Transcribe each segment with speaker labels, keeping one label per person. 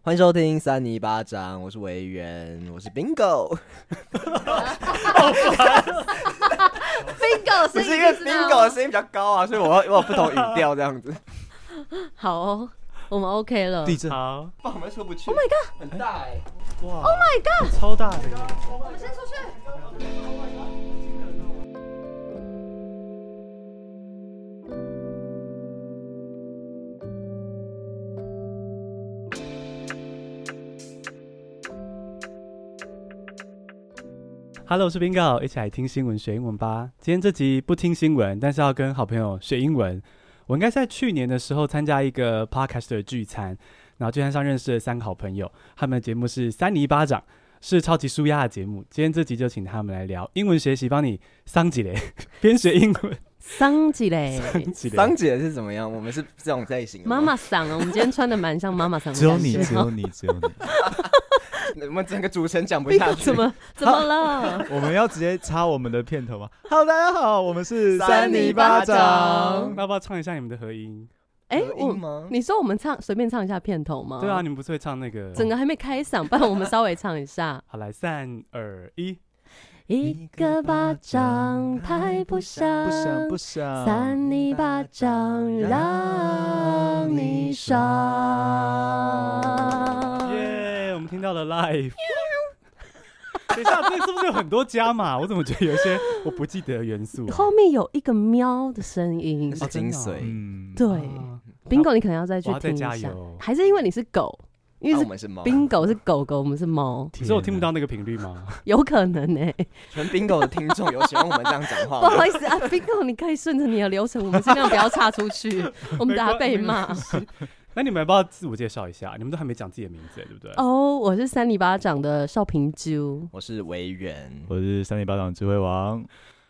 Speaker 1: 欢迎收听三尼巴掌，我是维园，我是 Bingo，
Speaker 2: bingo
Speaker 1: 不
Speaker 2: 声
Speaker 1: 是
Speaker 2: 音
Speaker 1: 因为
Speaker 2: 就是
Speaker 1: Bingo
Speaker 2: 那
Speaker 1: 的
Speaker 2: 种
Speaker 1: 声音比较高啊，所以我要我有不同语调这样子，
Speaker 2: 好哦，我们 OK 了。
Speaker 3: 地震，
Speaker 4: 好，
Speaker 1: 不然我们出不去。Oh my god，很大哎、
Speaker 4: 哇，Oh my god，超大的耶，
Speaker 2: 我们先出去。
Speaker 4: Hello，我是冰告，一起来听新闻学英文吧。今天这集不听新闻，但是要跟好朋友学英文。我应该是在去年的时候参加一个 podcast 的聚餐，然后聚餐上认识了三个好朋友，他们的节目是三尼巴掌，是超级舒压的节目。今天这集就请他们来聊英文学习，帮你桑几嘞， 边学英文
Speaker 2: 桑吉嘞，
Speaker 4: 几
Speaker 1: 桑姐是怎么样？我们是这种类型的吗
Speaker 2: 妈，妈桑啊，我们今天穿的蛮像妈妈桑的
Speaker 3: 只有
Speaker 2: 感 觉。哦
Speaker 3: 你，只有你，只有你，
Speaker 1: 我们整个主持人讲不下
Speaker 2: bingo
Speaker 1: 去。
Speaker 2: 怎么怎么了？
Speaker 3: 我们要直接插我们的片头吗？Hello，大家好，我们是
Speaker 1: 三
Speaker 2: 尼
Speaker 3: 尼
Speaker 2: 巴掌
Speaker 3: 掌。
Speaker 4: 那要不要唱一下你们的合音？
Speaker 2: 哎，
Speaker 1: 合音
Speaker 2: 我
Speaker 1: 吗？
Speaker 2: 你说我们唱随便唱一下片头吗？
Speaker 4: 对啊，，你们不是会唱那个？。
Speaker 2: 整个还没开嗓，不然我们稍微唱一下
Speaker 4: 好来，三二一，
Speaker 2: 一个巴掌拍不响，
Speaker 3: 不想不想，
Speaker 2: 扇你巴掌让你爽。
Speaker 4: 耶我们听到 了 live。等一下，这是不是有很多加码？我怎么觉得有一些我不记得的元素 啊、
Speaker 2: 后面有一个喵的声音
Speaker 1: 那，是精髓。
Speaker 4: 哦真的
Speaker 3: 嗯，
Speaker 2: 对
Speaker 4: 啊
Speaker 2: ，bingo 你可能要再去
Speaker 4: 我要再
Speaker 2: 听一
Speaker 4: 加
Speaker 2: 下，
Speaker 4: 油。哦
Speaker 2: 还是因为你是狗，因
Speaker 1: 那
Speaker 2: 为
Speaker 1: 我
Speaker 2: 是
Speaker 1: 们是猫，啊
Speaker 2: bingo 是狗狗，我们是猫，
Speaker 4: 你说我听不到那个频率吗？
Speaker 2: 有可能呢、
Speaker 1: 全 Bingo 的听众有喜欢我们这样讲
Speaker 2: 不
Speaker 4: 哦
Speaker 1: 话吗
Speaker 2: 好？意思啊，bingo 你可以顺着你的流程，我们尽量不要岔出去，我们等下被骂。
Speaker 4: 那你们要不要自我介绍一下？你们都还没讲自己的名字，对不对？
Speaker 2: 哦我是三里巴掌的少平啾，
Speaker 1: 我是维园，
Speaker 3: 我是三尼巴掌智慧王。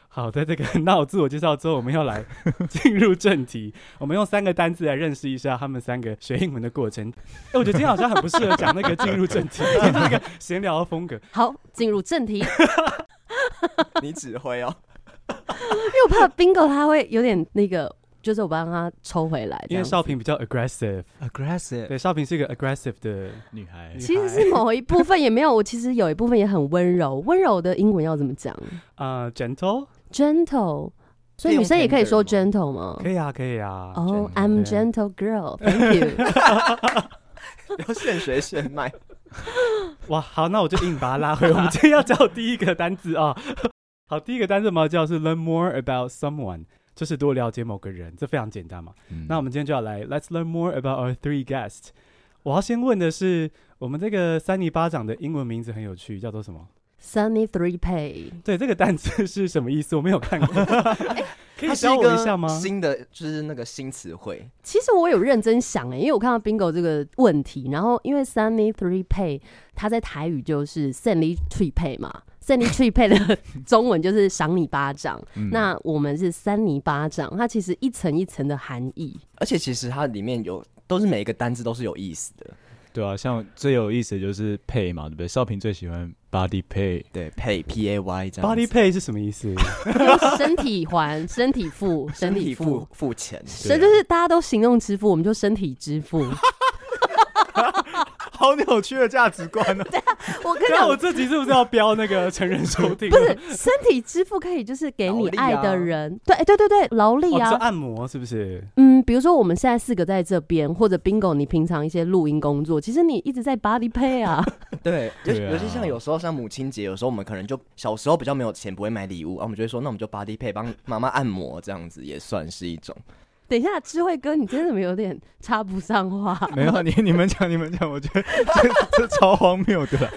Speaker 4: 好，在这个那我自我介绍之后，我们要来 进入正题。我们用三个单字来认识一下他们三个学英文的过程。哎、我觉得今天好像很不适合讲那个进入正题，就是那个闲聊的风格。
Speaker 2: 好，进入正 题，因
Speaker 1: 你指挥哦。
Speaker 2: 为我怕 bingo 他会有点那个，就是我帮他抽回来这
Speaker 4: 因
Speaker 2: 样
Speaker 4: 为
Speaker 2: 子。
Speaker 4: 少平比较 aggressive，
Speaker 3: aggressive
Speaker 4: 对，少平是一个 aggressive 的
Speaker 3: 女孩
Speaker 4: 女
Speaker 2: 其实是某一部分也没有，我其实有一部分也很温柔。温柔的英文要怎么讲
Speaker 4: 呃 gentle，
Speaker 2: ？gentle，所以女生也可以说 gentle 吗？
Speaker 4: 可以啊，可以啊。
Speaker 2: 哦、
Speaker 3: gentle
Speaker 2: i m
Speaker 4: 对
Speaker 2: gentle girl，thank you。
Speaker 1: 不 要现学现卖。
Speaker 4: 哇，好，那我就硬把它拉回。我们今天要教第一个单字啊、 好，第一个单字我们要教的是 learn more about someone，就是多了解某个人，这非常简单嘛。
Speaker 3: 嗯
Speaker 4: 那我们今天就要来 let's learn more about our three guests。我要先问的是，我们这个三尼巴掌的英文名字很有趣，叫做什么？
Speaker 2: Sunny Three Pay，
Speaker 4: 对，这个单字是什么意思？我没有看 过，可以
Speaker 1: 它是
Speaker 4: 教我
Speaker 1: 个
Speaker 4: 一下吗？
Speaker 1: 新的就是那个新词汇，
Speaker 2: 其实我有认真想哎、因为我看到 Bingo 这个问题，然后因为 Sunny Three Pay，它在台语就是胜利 Three Pay 嘛，胜利 Three Pay 的 中文就是赏你巴掌，
Speaker 3: 嗯
Speaker 2: 那我们是三尼巴掌，它其实一层一层的含 义。
Speaker 1: 而且其实它里面有都是每一个单字都是有意思的。
Speaker 3: 对啊，像最有意思的就是配嘛，对不对？少平最喜欢 body pay，
Speaker 1: 对，pay p a y 这样
Speaker 4: Body pay 是什么意思？
Speaker 2: 用身体还、身体付、身
Speaker 1: 身体
Speaker 2: 体付啊
Speaker 1: 付，付钱，
Speaker 2: 所以就是大家都行动支付，我们就身体支 付。我
Speaker 3: 好扭曲的价值观
Speaker 2: 跟
Speaker 3: 哦。
Speaker 2: 你
Speaker 4: 那
Speaker 2: 讲
Speaker 4: 啊我，自己是不是要标那个成人收听？ 哦
Speaker 2: 不是身体支付可以就是给你爱的人，对哎对对对，劳力
Speaker 4: 哦，
Speaker 2: 啊
Speaker 4: 就，按摩是不是？
Speaker 2: 嗯，比如说我们现在四个在这边，或者 Bingo，你平常一些录音工作，其实你一直在 body pay 啊，
Speaker 1: 对，尤
Speaker 3: 对啊
Speaker 1: 尤其像有时候像母亲节，有时候我们可能就小时候比较没有钱，不会买礼物，啊，我们就会说，那我们就 body pay 帮妈妈按摩，这样子也算是一种。
Speaker 2: 等一下，智慧哥，你真的怎么有点插不上话？
Speaker 3: 没有，啊你你们讲，你们讲，我觉得这这超荒谬的啦。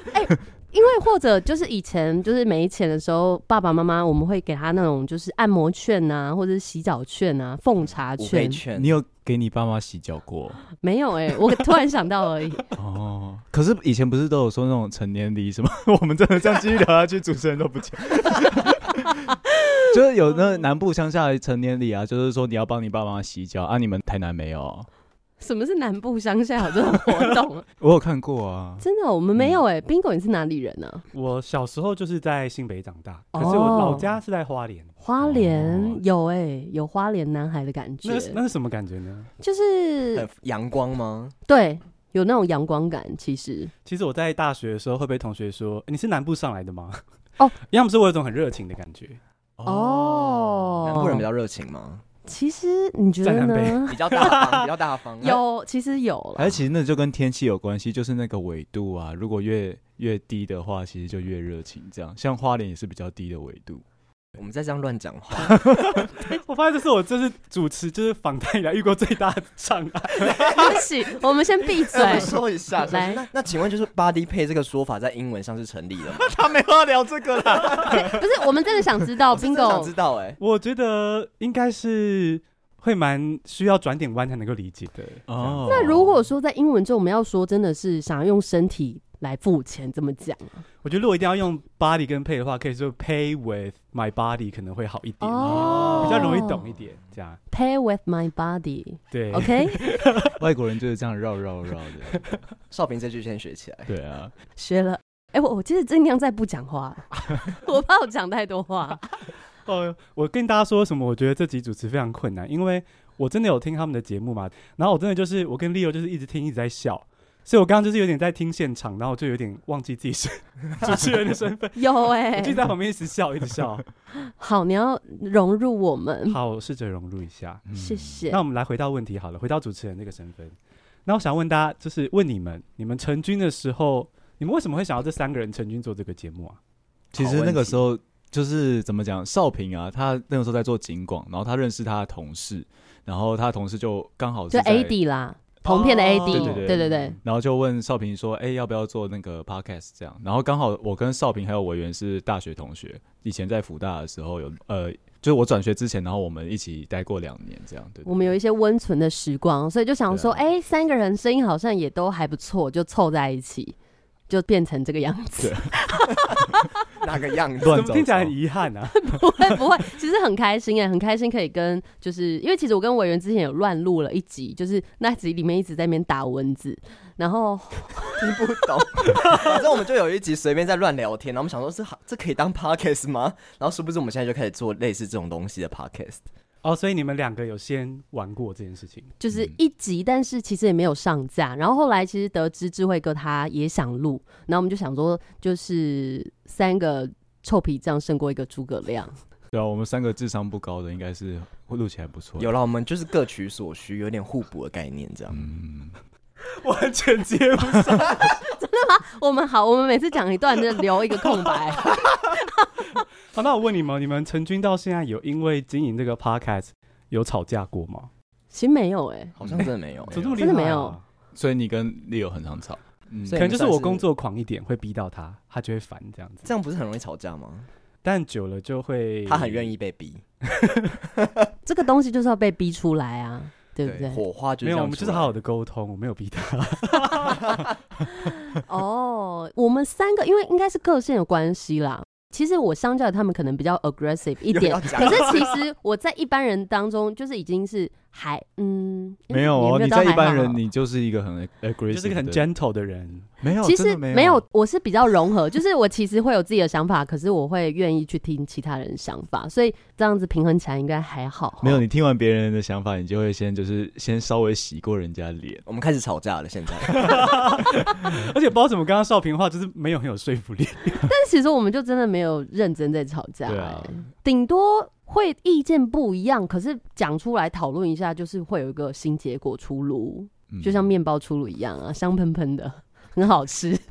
Speaker 2: 因为或者就是以前就是没钱的时候，爸爸妈妈我们会给他那种就是按摩券啊，或者是洗澡券啊、奉茶
Speaker 1: 五倍
Speaker 2: 券，
Speaker 1: 券
Speaker 3: 你，有给你爸妈洗脚过？
Speaker 2: 没有哎、我突然想到而已。
Speaker 3: 哦，可是以前不是都有说那种成年礼什么？ 我们真的这样继续聊下去，主持人都不讲。 就是有那南部乡下的成年礼啊，就是说你要帮你爸妈洗脚啊，你们台南没有？
Speaker 2: 什么是南部乡下有这种活动 啊？
Speaker 3: 我有看过啊，
Speaker 2: 真的哦、我们没有哎、Bingo，你是哪里人呢、啊？
Speaker 4: 我小时候就是在新北长大，
Speaker 2: 哦
Speaker 4: 可是我老家是在花莲。
Speaker 2: 花莲、
Speaker 3: 哦
Speaker 2: 有哎、有花莲男孩的感觉
Speaker 4: 那，是那是什么感觉呢？
Speaker 2: 就是
Speaker 1: 很阳光吗？
Speaker 2: 对，有那种阳光感。其实
Speaker 4: 其实我在大学的时候会被同学说欸：“你是南部上来的吗？”
Speaker 2: 哦，
Speaker 4: 要么是我有一种很热情的感觉，
Speaker 1: 南部人比
Speaker 2: 哦，
Speaker 1: 较热情吗？
Speaker 2: 其实你觉得
Speaker 4: 在
Speaker 2: 呢
Speaker 4: 南？
Speaker 1: 比较大方，比较大方。
Speaker 2: 有，其实有
Speaker 3: 而
Speaker 2: 了。
Speaker 3: 且其实那就跟天气有关系，就是那个纬度啊，如果越越低的话，其实就越热情。这样，像花莲也是比较低的纬度。
Speaker 1: 我们再这样乱讲话，
Speaker 4: 我发现这是我这是主持就是访谈以来遇过最大的障碍。
Speaker 2: 对不起，我们先 闭嘴。
Speaker 1: 再说一下。
Speaker 2: 来
Speaker 1: 那那请问，啊就是 body pay 这个说法在英文上是成立的吗？
Speaker 3: 他没有要聊这个啦，
Speaker 2: 不是，我们真的想知道
Speaker 1: 我真的想知
Speaker 2: ，bingo，
Speaker 1: 道哎。
Speaker 4: 我觉得应该是会蛮需要转点弯才能够理解的
Speaker 3: 哦
Speaker 4: 哦。
Speaker 2: 那如果说在英文中我们要说真的是想要用身体来付钱，怎么讲？
Speaker 4: 我觉得如果一定要用 body 跟 pay 的话，可以说 pay with my body 可能会好一点，
Speaker 2: 哦
Speaker 4: 比较容易懂一点。这样
Speaker 2: Pay with my body，OK？、
Speaker 4: 对
Speaker 3: 外国人就是这样绕绕绕 的。
Speaker 1: 少平这句先学起来。
Speaker 3: 对啊，
Speaker 2: 学了。哎、我我其实尽量在不讲话， 我怕我讲太多话。
Speaker 4: 哦，我跟大家说什么？我觉得这集主持非常困难，因为我真的有听他们的节目嘛，然后我真的就是我跟 Leo 就是一直听一直在笑，所以我刚刚就是有点在听现场，然后我就有点忘记自己是 主持人的身份，
Speaker 2: 有哎、
Speaker 4: 我就在旁边一直笑一直笑。
Speaker 2: 好，你要融入我们，
Speaker 4: 好，我试着融入一下。
Speaker 3: 嗯
Speaker 2: 谢。谢
Speaker 4: 那。我们来回到问题好了，回到主持人这个身份。那我想问大家，就是问你们，你们成军的时候，你们为什么会想要这三个人成军做这个节目啊？
Speaker 3: 其
Speaker 1: 好
Speaker 3: 实那
Speaker 1: 问
Speaker 3: 个
Speaker 1: 题
Speaker 3: 时候就是怎么讲，少平啊，他那个时候在做警广，然后他认识他的同事，然后他的同事就刚好是
Speaker 2: 就
Speaker 3: 在哦
Speaker 2: AD 啦，同片的 AD，、
Speaker 3: 对嗯对对
Speaker 2: 对
Speaker 3: 然后就问少平说：“哎、要不要做那个 podcast 这样？”然后刚好我跟少平还哎有委员是大学同学，哎以前在福大的时候有呃，就是我转学之前，然后我们一起待过两年这样。对，
Speaker 2: 我们有一些温存的时光，所以就想说，
Speaker 3: 对啊
Speaker 2: 哎、三个人声音好像也都还不错，就凑在一起，就变成这个样子。
Speaker 1: 那个样子，
Speaker 3: 乱
Speaker 4: 怎么
Speaker 3: 糟
Speaker 4: 听起来
Speaker 3: 糟
Speaker 4: 很遗憾啊？
Speaker 2: 不会不会，其实很开心哎、很开心可以跟，就是因为其实我跟委员之前有乱录了一集，就是那集里面一直在那边打蚊子，然后
Speaker 1: 听不懂。 反正我们就有一集随便在乱聊天，然后我们想说这好这可以当 podcast 吗？然后殊不知我们现在就开始做类似这种东西的 podcast。
Speaker 4: 哦，所以你们两个有先玩过这件事情。
Speaker 2: 就是
Speaker 3: 嗯
Speaker 2: 一集，但是其实也没有上架。然后后来其实得知智慧哥他也想录，然后我们就想说，就是三个臭皮匠胜过一个诸葛亮。
Speaker 3: 对啊，我们三个智商不高的，应该是会录起来不错。
Speaker 1: 有了，我们就是各取所需，有点互补的概念这样。
Speaker 3: 嗯，
Speaker 4: 完全接不上。
Speaker 2: 我们好，我们每次讲一段就留一个空白。
Speaker 4: 好，啊那我问你们，你们成军到现在有因为经营这个 podcast 有吵架过吗？
Speaker 2: 其实没有哎、
Speaker 1: 好像真的 没有、
Speaker 4: 怎么这么
Speaker 1: 欸，
Speaker 4: 厉害啊
Speaker 2: 真的没有，
Speaker 3: 所以你跟 Leo 很常吵，嗯，
Speaker 1: 所
Speaker 4: 可
Speaker 1: 以
Speaker 4: 能就是
Speaker 1: 算
Speaker 4: 我
Speaker 1: 是
Speaker 4: 工作狂一点，会逼到他，他就会烦这样子。
Speaker 1: 这样不是很容易吵架吗？
Speaker 4: 但久了就会，
Speaker 1: 他很愿
Speaker 4: 意。
Speaker 1: 意被逼，
Speaker 2: 这个东西就是要被逼出来啊，对不对？
Speaker 1: 火花就是
Speaker 4: 没有，
Speaker 1: 这样
Speaker 4: 我们就是
Speaker 1: 出来
Speaker 4: 好好的沟通，我没有 逼他。
Speaker 2: 哦，我们三个因为应该是个性有关系啦。其实我相较于他们可能比较 aggressive 一
Speaker 1: 又
Speaker 2: 点
Speaker 1: 要，讲
Speaker 2: 可是其实我在一般人当中就是已经是还嗯
Speaker 3: 没有哦，
Speaker 2: 也
Speaker 3: 你
Speaker 2: 到
Speaker 3: 在一
Speaker 2: 还
Speaker 3: 般
Speaker 2: 好
Speaker 3: 人，你就是一个很 aggressive，
Speaker 4: 就是个很
Speaker 3: 的
Speaker 4: gentle 的人，
Speaker 3: 没有，
Speaker 2: 其
Speaker 3: 真的
Speaker 2: 实
Speaker 3: 没
Speaker 2: 没有，我是比较融合， 就是我其实会有自己的想法，可是我会愿意去听其他人的想法，所以这样子平衡起来应该还好。
Speaker 3: 没有，，你听完别人的想法，你就会先就是先稍微洗过人家脸。
Speaker 1: 我们开始吵架了，现在
Speaker 4: 而且不知道怎么刚刚少平话就是没有很有说服力。
Speaker 2: 但其实我们就真的没有认真在吵架、
Speaker 3: 对啊
Speaker 2: 哎，顶多会意见不一样，可是讲出来讨论一下，就是会有一个新结果出炉，
Speaker 3: 嗯
Speaker 2: 就像面包出炉一样啊，香喷喷的， 很好吃。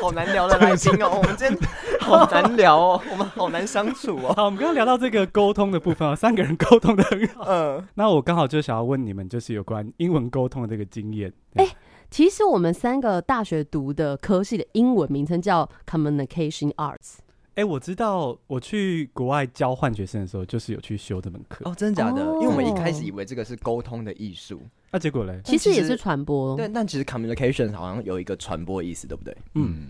Speaker 1: 好难聊的来宾哦， 我们今天好难聊哦， 我们好难相处哦。
Speaker 4: 好，我们刚刚聊到这个沟通的部分啊，三个人沟通的很好。
Speaker 1: 嗯，
Speaker 4: 那我刚好就想要问你们，就是有关英文沟通的这个经验。哎、
Speaker 2: 其实我们三个大学读的科系的英文名称叫 Communication Arts。
Speaker 4: 哎、我知道我去国外交换学生的时候，就是有去修这门课。
Speaker 1: 哦，真的假的？
Speaker 2: 哦
Speaker 1: 因为我们一开始以为这个是沟通的艺术，
Speaker 4: 那、结果嘞？
Speaker 2: 其实也
Speaker 1: 其实
Speaker 2: 是传播，
Speaker 1: 对，但其实 communication 好像有一个传播意思，对不 对？
Speaker 4: 嗯，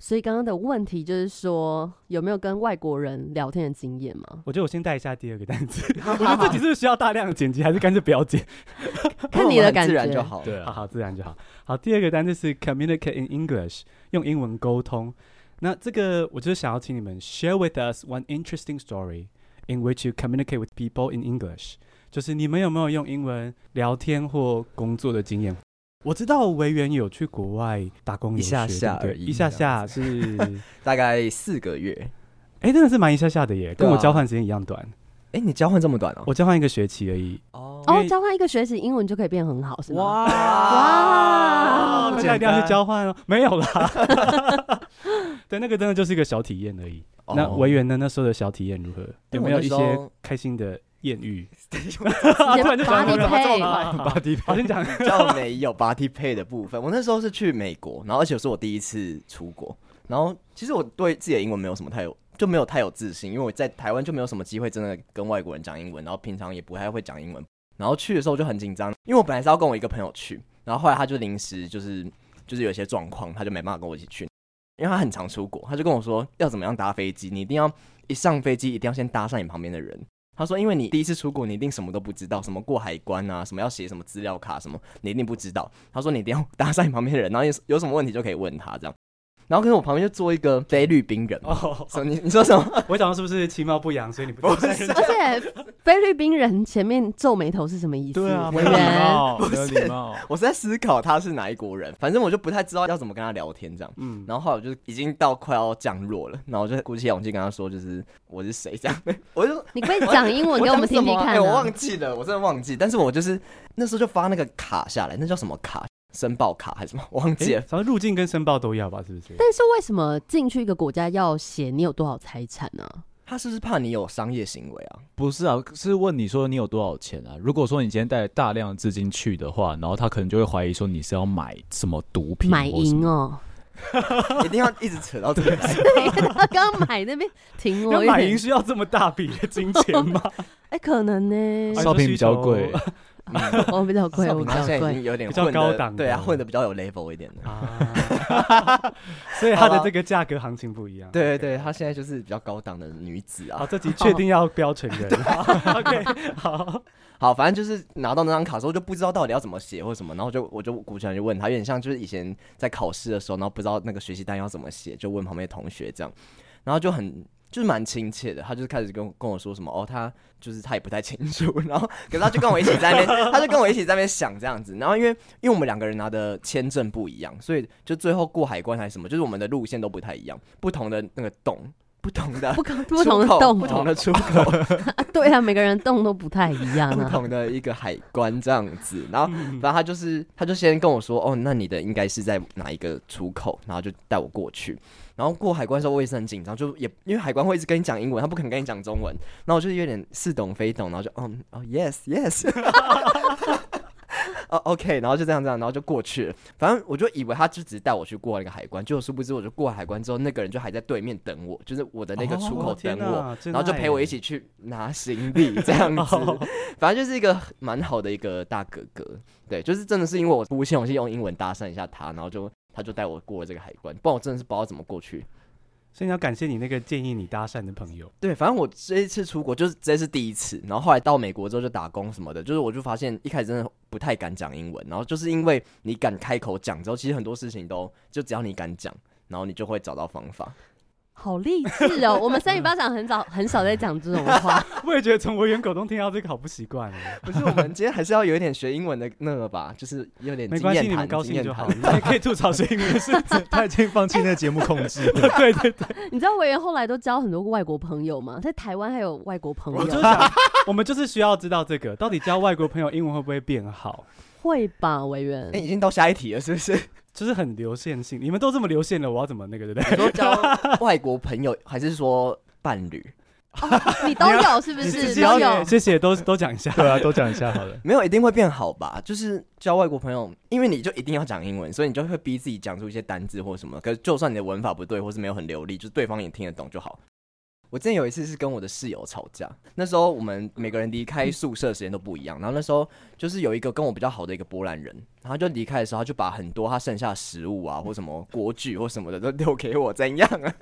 Speaker 2: 所以刚刚的问题就是说，有没有跟外国人聊天的经验吗？
Speaker 4: 我觉得我先带一下第二个单 词。我觉得这集是不是需要大量的剪辑，还是干脆不要剪？
Speaker 2: 看你的感觉
Speaker 1: 自然就好。
Speaker 3: 对
Speaker 4: 好
Speaker 3: 啊，
Speaker 4: 好自然就好。好，第二个单词是 communicate in English，用英文沟通。那这个我就是想要请你们 share with us one interesting story in which you communicate with people in English。就是你们有没有用英文聊天或工作的经验？我知道维园有去国外打工游学
Speaker 1: 一下下
Speaker 4: 对不对
Speaker 1: 而已
Speaker 4: 一下下是，
Speaker 1: 大概四个月。
Speaker 4: 哎、真的是蛮一下下的耶，
Speaker 1: 对
Speaker 4: 跟
Speaker 1: 啊
Speaker 4: 我交换时间一样短，
Speaker 1: 哎，你交换这么短哦？
Speaker 4: 我交换一个学期而已。
Speaker 1: 哦
Speaker 2: 哦
Speaker 4: 为，
Speaker 2: 交换一个学期，英文就可以变很好，是吗？
Speaker 4: 啊，
Speaker 2: 哇
Speaker 4: 大家一定要去交换哦， 没有啦。对，那个真的就是一个小体验而已。
Speaker 1: 哦
Speaker 4: 那 维园呢？那时候的小体验如何？有没有
Speaker 1: 哎我那时
Speaker 4: 一些
Speaker 1: 候啊
Speaker 4: 开心的艳 遇？
Speaker 2: 直接 body
Speaker 4: 这
Speaker 2: pay
Speaker 4: 么 快
Speaker 3: Body
Speaker 4: 我先讲，
Speaker 1: 叫没有 body pay 的部分。我那时候是去美国，然后而且是我第一次出国，然后其实我对自己的英文没有什么太有就没有太有自信，因为我在台湾就没有什么机会真的跟外国人讲英文，然后平常也不太会讲英文。然后去的时候就很紧张，因为我本来是要跟我一个朋友去，然后后来他就临时就是就是有一些状况，他就没办法跟我一起去，因为他很常出国，他就跟我说要怎么样搭飞机，你一定要一上飞机一定要先搭上你旁边的人。他说：“因为你第一次出国，你一定什么都不知道，什么过海关啊，什么要写什么资料卡，什么你一定不知道。”他说：“你一定要 搭上你旁边的人，然后有有什么问题就可以问他这样。”然后可是我旁边就坐一个菲律宾人，
Speaker 4: 哦，
Speaker 1: 什么你你说什么？
Speaker 4: 我讲的是不是其貌不扬，所以 你 不
Speaker 1: 不
Speaker 4: 是？
Speaker 2: 而且菲律宾人前面皱眉头是什么意思？
Speaker 3: 对啊，没
Speaker 2: 维
Speaker 3: 有礼
Speaker 2: 园
Speaker 3: 貌，没有礼貌。
Speaker 1: 我是在思考他是哪一国人，反正我就不太知道要怎么跟他聊天这样。
Speaker 4: 嗯，
Speaker 1: 然后后来我就已经到快要降落了，然后我就鼓起勇气跟他说，就是我是谁这样， 我就
Speaker 2: 你可以讲英文给我们听听看
Speaker 1: 哎、我
Speaker 2: 啊
Speaker 1: 忘。记了，我真的忘记。但是我就是那时候就发那个卡下来，那叫什么卡？申报卡还是什么？我忘记
Speaker 4: 诶
Speaker 1: 了。
Speaker 4: 反正入境跟申报都要吧，是不是？
Speaker 2: 但是为什么进去一个国家要写你有多少财产啊呢、
Speaker 1: 他是不是怕你有商业行为啊？
Speaker 3: 不是啊，是问你说你有多少钱啊？如果说你今天带大量的资金去的话，然后他可能就会怀疑说你是要买什么毒品，
Speaker 2: 买 淫。哦，
Speaker 1: 一定要一直扯到这个。
Speaker 2: 对，他刚买那边 停
Speaker 4: 要
Speaker 2: 我有
Speaker 4: 买银
Speaker 2: 点，
Speaker 4: 需要这么大笔的金钱吗？
Speaker 2: 哎、可能呢、哦
Speaker 4: 哎
Speaker 3: 烧饼比较贵，
Speaker 2: 我比较贵，我比
Speaker 1: 他
Speaker 2: 较
Speaker 1: 现在已
Speaker 2: 贵
Speaker 1: 经。有点
Speaker 4: 比较
Speaker 1: 混得
Speaker 4: 高档的
Speaker 1: 对啊，混的比较有 level 一点的。
Speaker 2: 啊
Speaker 4: 所以它的这个价格行情不一样。
Speaker 1: 对对对，他现在就是比较高档的女子
Speaker 4: 好，
Speaker 1: 啊。
Speaker 4: 这集确定要标成 人。OK，好，
Speaker 1: 好，反正就是拿到那张卡之后就不知道到底要怎么写或什么，然后就我就鼓起来就问他，有点像就是以前在考试的时候，然后不知道那个学习单要怎么写，就问旁边的同学这样，然后就很。就是蛮亲切的，他就是开始跟我跟我说什么哦，他就是他也不太清楚， 然后可是他就跟我一起在那边，他就跟我一起在那边想这样子，然后因为因为我们两个人拿的签证不一样，所以就最后过海关还是什么，就是我们的路线都不太一样，不同的那个洞，不同的
Speaker 2: 不可不同的
Speaker 1: 出口
Speaker 2: 洞，哦
Speaker 1: 不同的出口，
Speaker 2: 啊，对啊，每个人洞都不太一样
Speaker 4: 嗯
Speaker 1: 不
Speaker 2: 啊。
Speaker 1: 同的一个海关这样子，然后反正他就是，他就先跟我说，哦，那你的应该是在哪一个出口，然后就带我过去。然后过海关的时候，我也是很紧张，就也因为海关会一直跟你讲英文，他不肯跟你讲中文，然后我就有点似懂非懂，然后就嗯哦 yes yes，哦 OK，然后就这样这样，然后就过去了。反正我就以为他就只是带我去过那个海关，结果殊不知我就过海关之后，那个人就还在对面等我，就是我的那个出口
Speaker 4: 哦
Speaker 1: 等
Speaker 4: 天
Speaker 1: 我，
Speaker 4: 哪
Speaker 1: 然后就陪我一起去拿行李这样子。
Speaker 4: 哦
Speaker 1: 反正就是一个蛮好的一个大哥哥，对，就是真的是因为我无限我是用英文搭讪一下他，然后就他就带我过了这个海关，不然我真的是不知道怎么过去。
Speaker 4: 所以你要感谢你那个建议你搭讪的朋友。
Speaker 1: 对，反正我这一次出国就是这是第一次，然后后来到美国之后就打工什么的，就是我就发现一开始真的不太敢讲英文，然后就是因为你敢开口讲之后，其实很多事情都就只要你敢讲，然后你就会找到方 法。
Speaker 2: 好励志哦！我们三语巴掌很早很少在讲这种话，
Speaker 4: 我也觉得从我远口中听到这个好不习惯哦。
Speaker 1: 不是，我们今天还是要有一点学英文的那个吧，就是有点
Speaker 4: 没
Speaker 1: 经
Speaker 4: 关系，
Speaker 1: 验
Speaker 4: 你们
Speaker 1: 谈，
Speaker 4: 高
Speaker 1: 经
Speaker 4: 兴
Speaker 1: 验
Speaker 4: 就好。
Speaker 1: 谈
Speaker 4: 你。们也可以吐槽是因 为是，
Speaker 3: 他已经放弃那个节目控制了。
Speaker 4: 对对对。
Speaker 2: 你知道委员后来都交很多外国朋友吗？在台湾还有外国朋
Speaker 4: 我就
Speaker 2: 友，
Speaker 4: 想，我们就是需要知道这个，到底交外国朋友英文会不会变好？
Speaker 2: 会吧？委员
Speaker 1: 哎、，已经到下一题了，是不是？
Speaker 4: 就是很流线性，你们都这么流线了，我要怎么那个对不 对？
Speaker 1: 你说交外国朋友，还是说伴侣？
Speaker 2: 你都有是不
Speaker 4: 你自
Speaker 2: 是？
Speaker 4: 己
Speaker 2: 都
Speaker 4: 要
Speaker 2: 有
Speaker 4: 谢谢，都都讲一下。
Speaker 3: 对啊，都讲一下好了。
Speaker 1: 没有，一定会变好吧？就是交外国朋友，因为你就一定要讲英文，所以你就会逼自己讲出一些单字或什么。可是就算你的文法不对，或是没有很流利，就对方也听得懂就好。我之前有一次是跟我的室友吵架，那时候我们每个人离开宿舍时间都不一样，然后那时候就是有一个跟我比较好的一个波兰人，然后就离开的时候，他就把很多他剩下的食物啊，或什么锅具或什么的都留给我，怎样啊？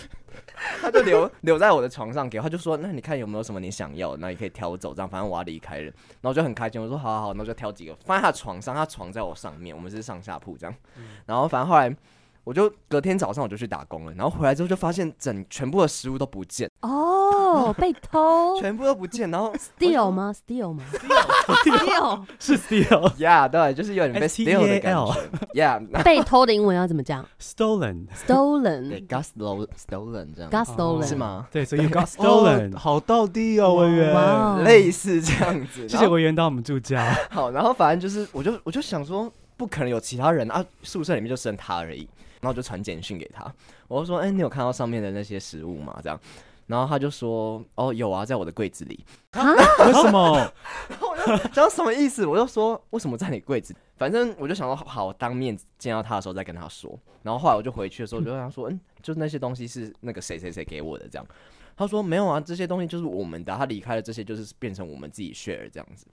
Speaker 1: 他就留留在我的床上给我，他就说：“那你看有没有什么你想要的，那你可以挑走，这样反正我要离开了。”然后我就很开心，我说：“好好好，
Speaker 4: 嗯
Speaker 1: 然后就挑几个放在他的床上，他床在我上面，我们是上下铺这样。然后反正后来我我就隔天早上我就去打工了，然后回来之后就发现整全部的食物都不见，
Speaker 2: 哦，被偷
Speaker 1: 全部都不见， 然后
Speaker 2: steal 吗？steal 吗 ？steal
Speaker 4: 是 steal
Speaker 1: yeah 对，就是有点被
Speaker 4: S T
Speaker 1: steal 的
Speaker 4: E A
Speaker 1: 感
Speaker 4: L
Speaker 1: 觉 yeah，那
Speaker 2: 被偷的英文要怎么讲
Speaker 4: stolen，
Speaker 1: 对
Speaker 2: ？stolen。
Speaker 1: got stolen stolen 这样
Speaker 2: got
Speaker 4: 哦
Speaker 2: stolen
Speaker 1: 是？吗？
Speaker 4: 对，所以 you got
Speaker 3: 哦
Speaker 4: stolen。
Speaker 3: 好到地哦，委员。
Speaker 2: 哇哦，
Speaker 1: 类似这样子，
Speaker 4: 谢
Speaker 1: 然
Speaker 4: 谢
Speaker 1: 后
Speaker 4: 委员当我们助教。
Speaker 1: 好，然后反正就是，我就我就想说，不可能有其他人啊，宿舍里面就剩他而已。然后我就传简讯给他，我就说，哎、你有看到上面的那些食物吗？这样，然后他就说，哦，有啊，在我的柜子里。
Speaker 3: 为什么？
Speaker 1: 这样什么意思？我就说，为什么在你柜子？反正我就想说，好，当面见到他的时候再跟他说。然后后来我就回去的时候，我就跟他说，嗯，就那些东西是那个谁谁谁给我的这样。他说没有啊，这些东西就是我们的啊，他离开了这些就是变成我们自己 share 这样子。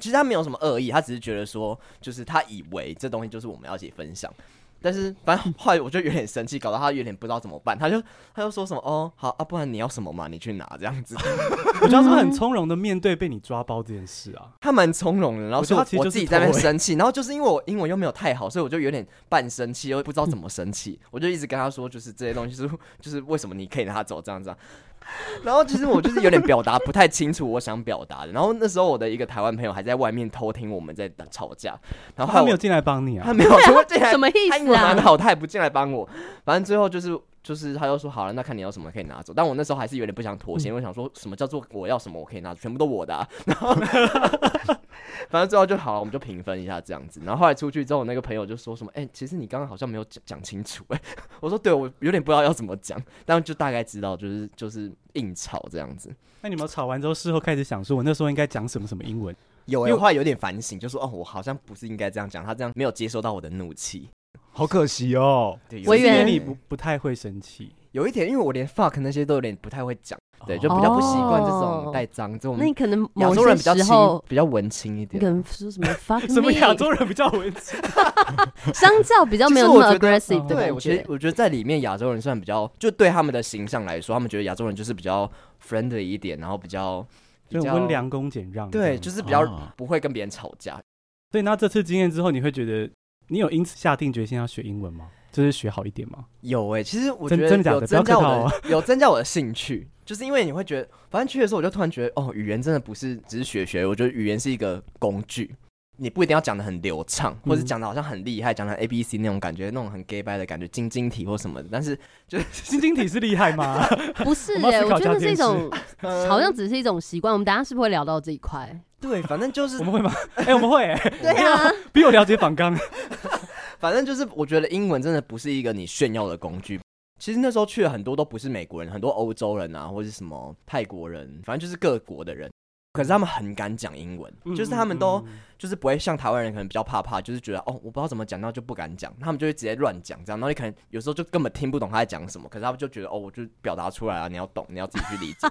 Speaker 1: 其实他没有什么恶意，他只是觉得说，就是他以为这东西就是我们要一起分享。但是反正后来我就有点生气，搞到他有点不知道怎么办，他就他就说什么哦好啊，不然你要什么嘛，你去拿这样子。
Speaker 4: 我觉得他是很从容的面对被你抓包这件事啊。
Speaker 1: 他蛮从容的，然后
Speaker 4: 我
Speaker 1: 所
Speaker 4: 觉得
Speaker 1: 以
Speaker 4: 他其实
Speaker 1: 我
Speaker 4: 就是
Speaker 1: 自己在那边
Speaker 4: 偷欸
Speaker 1: 生气，然后就是因为我英文又没有太好，所以我就有点半生气，又不知道怎么生气，我就一直跟他说，就是这些东西 是就是为什么你可以拿走这样这样。然后其实我就是有点表达不太清楚我想表达的，然后那时候我的一个台湾朋友还在外面偷听我们在打吵架，然后
Speaker 4: 他
Speaker 1: 后来
Speaker 4: 没有
Speaker 1: 我
Speaker 4: 进来帮你啊
Speaker 1: 他。没有 说进来
Speaker 2: 什么意
Speaker 1: 他英
Speaker 2: 思
Speaker 1: 文蛮
Speaker 2: 啊？
Speaker 1: 好，他也不进来帮我。反正最后就是就是，他就说好了，那看你要什么可以拿走。但我那时候还是有点不想妥协，因为想说什么叫做我要什么我可以拿走，全部都我的、啊。然后 反正最后就好了，我们就平分一下这样子。然后后来出去之后，那个朋友就说什么，哎、其实你刚刚好像没有讲讲清楚、哎， 我说对，我有点不知道要怎么讲，但就大概知道，就是就是硬吵这样子。
Speaker 4: 那你们吵完之后，事后开始想说，我那时候应该讲什么什么英文？
Speaker 1: 有、
Speaker 4: 因
Speaker 1: 欸，
Speaker 4: 为
Speaker 1: 后来有点反省，就说哦，我好像不是应该这样讲，他这样没有接收到我的怒气。
Speaker 3: 好可惜哦。
Speaker 1: 对，
Speaker 2: 我以
Speaker 4: 是因
Speaker 2: 为
Speaker 4: 为
Speaker 1: 原
Speaker 4: 你不不太会生气。
Speaker 1: 有一点，因为我连 fuck 那些都有点不太会讲，对，就
Speaker 4: 哦
Speaker 1: 比较不习惯这
Speaker 2: 哦
Speaker 1: 种带脏，这种
Speaker 2: 那你可能
Speaker 1: 亚
Speaker 2: 某
Speaker 1: 洲人比较
Speaker 2: 些时
Speaker 1: 轻
Speaker 2: 候，，
Speaker 1: 比较文青一
Speaker 2: 你
Speaker 1: 点
Speaker 2: 可。能说 什么 fuck
Speaker 4: 什么亚
Speaker 2: me，
Speaker 4: 洲人比较文静？
Speaker 2: 相较比较没有
Speaker 1: 其实我
Speaker 2: 那么
Speaker 1: 觉得嗯
Speaker 2: aggressive 的
Speaker 1: 对，
Speaker 2: 感
Speaker 1: 我觉得
Speaker 2: 觉。
Speaker 1: 我觉得在里面亚洲人算比较，就对他们的形象来说，他们觉得亚洲人就是比较 friendly 一点，然后比较比
Speaker 4: 就
Speaker 1: 较
Speaker 4: 温，良恭俭让这样。
Speaker 1: 对，就是比较
Speaker 2: 哦
Speaker 3: 啊
Speaker 1: 不会跟别人吵架。
Speaker 4: 所以那这次经验之后，你会觉得你有因此下定决心要学英文吗？就是学好一点 吗？
Speaker 1: 有哎、其实我觉得
Speaker 4: 真真的假
Speaker 1: 有
Speaker 4: 的
Speaker 1: 增
Speaker 4: 不要
Speaker 1: 加
Speaker 4: 客
Speaker 1: 我
Speaker 4: 套哦
Speaker 1: 的、 有增加我的兴趣，就是因为你会觉得，反正去的时候我就突然觉得，哦，语言真的不是只是学学，我觉得语言是一个工具，你不一定要讲的很流畅，或者
Speaker 4: 嗯
Speaker 1: 讲的好像很厉害，讲的 A B C 那种感觉，那种很 gay bye 的感觉，晶晶体或什么的，但是
Speaker 4: 晶晶体是厉害吗？
Speaker 2: 不是
Speaker 4: 我们要
Speaker 2: 耶，
Speaker 4: 思考
Speaker 2: 我觉得那
Speaker 4: 一下
Speaker 2: 是一种，
Speaker 1: 呃
Speaker 2: 好像只是一种习惯。我们等一下是不是会聊到这一块？
Speaker 1: 对，反正就是
Speaker 4: 我们会 吗？哎、我们会、
Speaker 2: 对啊，
Speaker 4: 比我了解仿纲。
Speaker 1: 反正就是，我觉得英文真的不是一个你炫耀的工具。其实那时候去了很多都不是美国人，很多欧洲人啊，或者是什么泰国人，反正就是各国的人。可是他们很敢讲英文，
Speaker 4: 嗯
Speaker 1: 就是他们都就是不会像台湾人可能比较怕怕，就是觉得哦我不知道怎么讲，那就不敢讲，他们就会直接乱讲这样。然后你可能有时候就根本听不懂他在讲什么，可是他们就觉得哦我就表达出来啊，你要懂，你要自己去理解，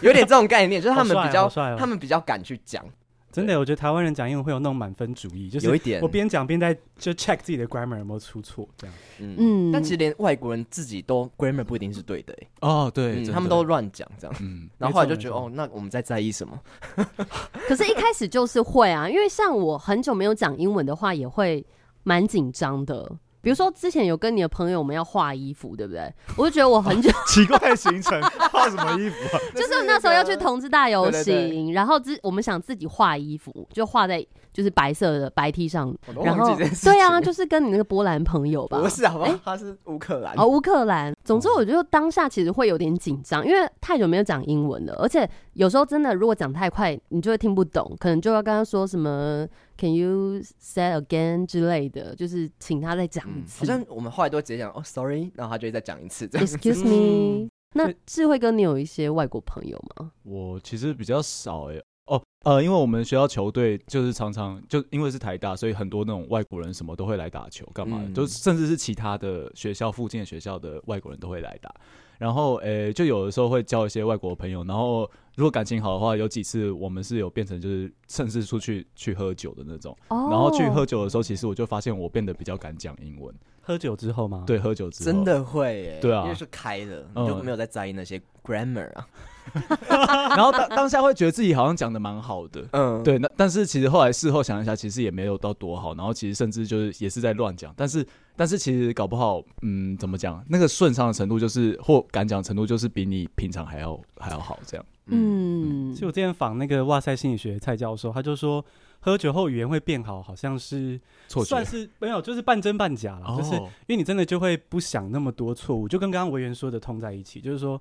Speaker 1: 有点这种概念，就是他们
Speaker 4: 好帅哦
Speaker 1: 比较、
Speaker 4: 好帅哦
Speaker 1: 他们比较敢去讲，
Speaker 4: 真的，我觉得台湾人讲英文会有那种满分主义，就是
Speaker 1: 有一点
Speaker 4: 我边讲边在就 check 自己的 grammar 有没有出错，这样。
Speaker 1: 嗯
Speaker 2: 嗯
Speaker 1: 但其实连外国人自己都 grammar 不一定是对的、欸
Speaker 3: 哦，
Speaker 1: 嗯
Speaker 3: 对，真的
Speaker 1: 他们都乱讲这样。
Speaker 3: 嗯，
Speaker 1: 然后后来就
Speaker 4: 没
Speaker 1: 觉
Speaker 4: 错
Speaker 1: 得
Speaker 4: 没错
Speaker 1: 哦，那我们在在意什么？
Speaker 2: 可是，一开始就是 会啊，因为像我很久没有讲英文的话，也会蛮紧张的。比如说，之前有跟你的朋友我们要画衣服，对不对？我就觉得 我很久，
Speaker 3: 奇怪的行程，画什么衣服啊？
Speaker 2: 就是我那时候要去同志大游行，
Speaker 1: 对对
Speaker 2: 然后之我们想自己画衣服，就画在就是白色的白 T 上，
Speaker 1: 我都
Speaker 2: 然
Speaker 1: 忘
Speaker 2: 后
Speaker 1: 记这件事情
Speaker 2: 对啊， 就是跟你那个波兰朋友吧，
Speaker 1: 不是好不好
Speaker 2: 哎？
Speaker 1: 他是乌克兰
Speaker 2: 哦，乌克兰。总之，我就当下其实会有点紧张，因为太久没有讲英文了，而且有时候真的如果讲太快，你就会听不懂，可能就要跟他说什么 “Can you say again” 之类的，就是请他再讲一
Speaker 1: 嗯，好
Speaker 2: 次。
Speaker 1: 像我们后来都会直接讲哦，sorry，然后他就会再讲一次这样。
Speaker 2: Excuse
Speaker 4: 嗯
Speaker 2: me，、那智慧哥，你有一些外国朋友吗？
Speaker 3: 我其实比较少诶、哦，呃，因为我们学校球队就是常常就因为是台大，所以很多那种外国人什么都会来打球，干嘛的？
Speaker 1: 嗯
Speaker 3: 就甚至是其他的学校附近的学校的外国人都会来打。然后，诶、就有的时候会交一些外国朋友。然后，如果感情好的话，有几次我们是有变成就是甚至出去去喝酒的那种。
Speaker 2: 哦
Speaker 3: 然后去喝酒的时候，其实我就发现我变得比较敢讲英文。
Speaker 4: 喝酒之后吗？，
Speaker 3: 对，喝酒之后
Speaker 1: 真，的会耶，
Speaker 3: 对啊
Speaker 1: 因为是开的，
Speaker 3: 嗯
Speaker 1: 你就没有在在意那些 grammar 啊，
Speaker 3: 然后当当下会觉得自己好像讲的蛮好的，
Speaker 1: 嗯，
Speaker 3: 对，那但是其实后来事后想一下，其实也没有到多好，然后其实甚至就是也是在乱讲，但是但是其实搞不好，嗯，怎么讲，那个顺畅的程度就是或敢讲程度就是比你平常还要还要好这样。
Speaker 2: 嗯
Speaker 4: 其，实我之前访那个哇塞心理学蔡教授，他就说喝酒后语言会变好，好像是
Speaker 3: 错觉
Speaker 4: 算是没有，就是半真半假了，就是
Speaker 3: 哦
Speaker 4: 因为你真的就会不想那么多错误，就跟刚刚维园说的通在一起，就是说，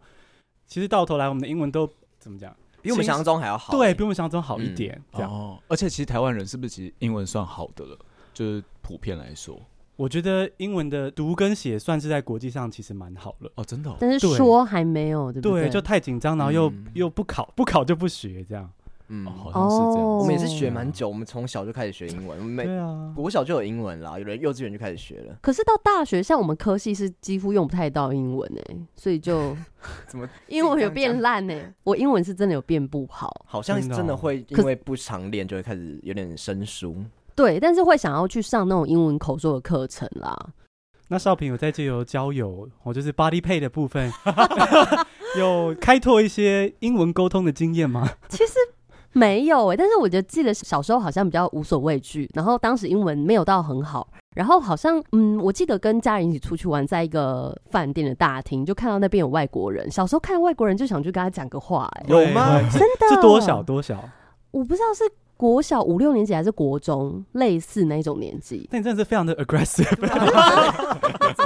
Speaker 4: 其实到头来我们的英文都怎么讲？
Speaker 1: 比我们想象中还要好，
Speaker 4: 对比我们想象中好一
Speaker 1: 嗯
Speaker 4: 点。这样，
Speaker 3: 哦，而且其实台湾人是不是其实英文算好的了？就是普遍来说，
Speaker 4: 我觉得英文的读跟写算是在国际上其实蛮好了。
Speaker 3: 哦，真的、哦，
Speaker 2: 但是
Speaker 4: 对
Speaker 2: 说还没有，对不
Speaker 4: 对，
Speaker 2: 对？
Speaker 4: 就太紧张，然后又、
Speaker 1: 嗯
Speaker 4: 又不考，不考就不学，这样。
Speaker 1: 嗯
Speaker 3: 哦，，好像是这样。
Speaker 2: 哦，
Speaker 1: 我们也是学蛮久，我们从小就开始学英文，我们每
Speaker 4: 对啊，
Speaker 1: 国小就有英文啦，有人幼稚园就开始学了，
Speaker 2: 可是到大学，像我们科系是几乎用不太到英文哎、所以就
Speaker 1: 怎么
Speaker 2: 英文有
Speaker 1: 自己这样
Speaker 2: 变
Speaker 1: 讲
Speaker 2: 烂呢、欸我英文是真的有变不好，
Speaker 1: 好像
Speaker 4: 真的哦
Speaker 1: 真的会因
Speaker 2: 可是
Speaker 1: 为不常练就会开始有点生疏，
Speaker 2: 对，但是会想要去上那种英文口说的课程啦。
Speaker 4: 那少平有在借由交友，我、就是 body pay 的部分， 有开拓一些英文沟通的经验吗？
Speaker 2: 其实没有哎、但是我就记得小时候好像比较无所畏惧，然后当时英文没有到很好，然后好像嗯，我记得跟家人一起出去玩，在一个饭店的大厅，就看到那边有外国人，小时候看外国人就想去跟他讲个话、欸，
Speaker 1: 有吗
Speaker 4: 对？
Speaker 2: 真的
Speaker 4: 是 多少？多少？
Speaker 2: 我不知道是国小五六年级还是国中，类似那种年纪。
Speaker 4: 那你真的是非常的 aggressive，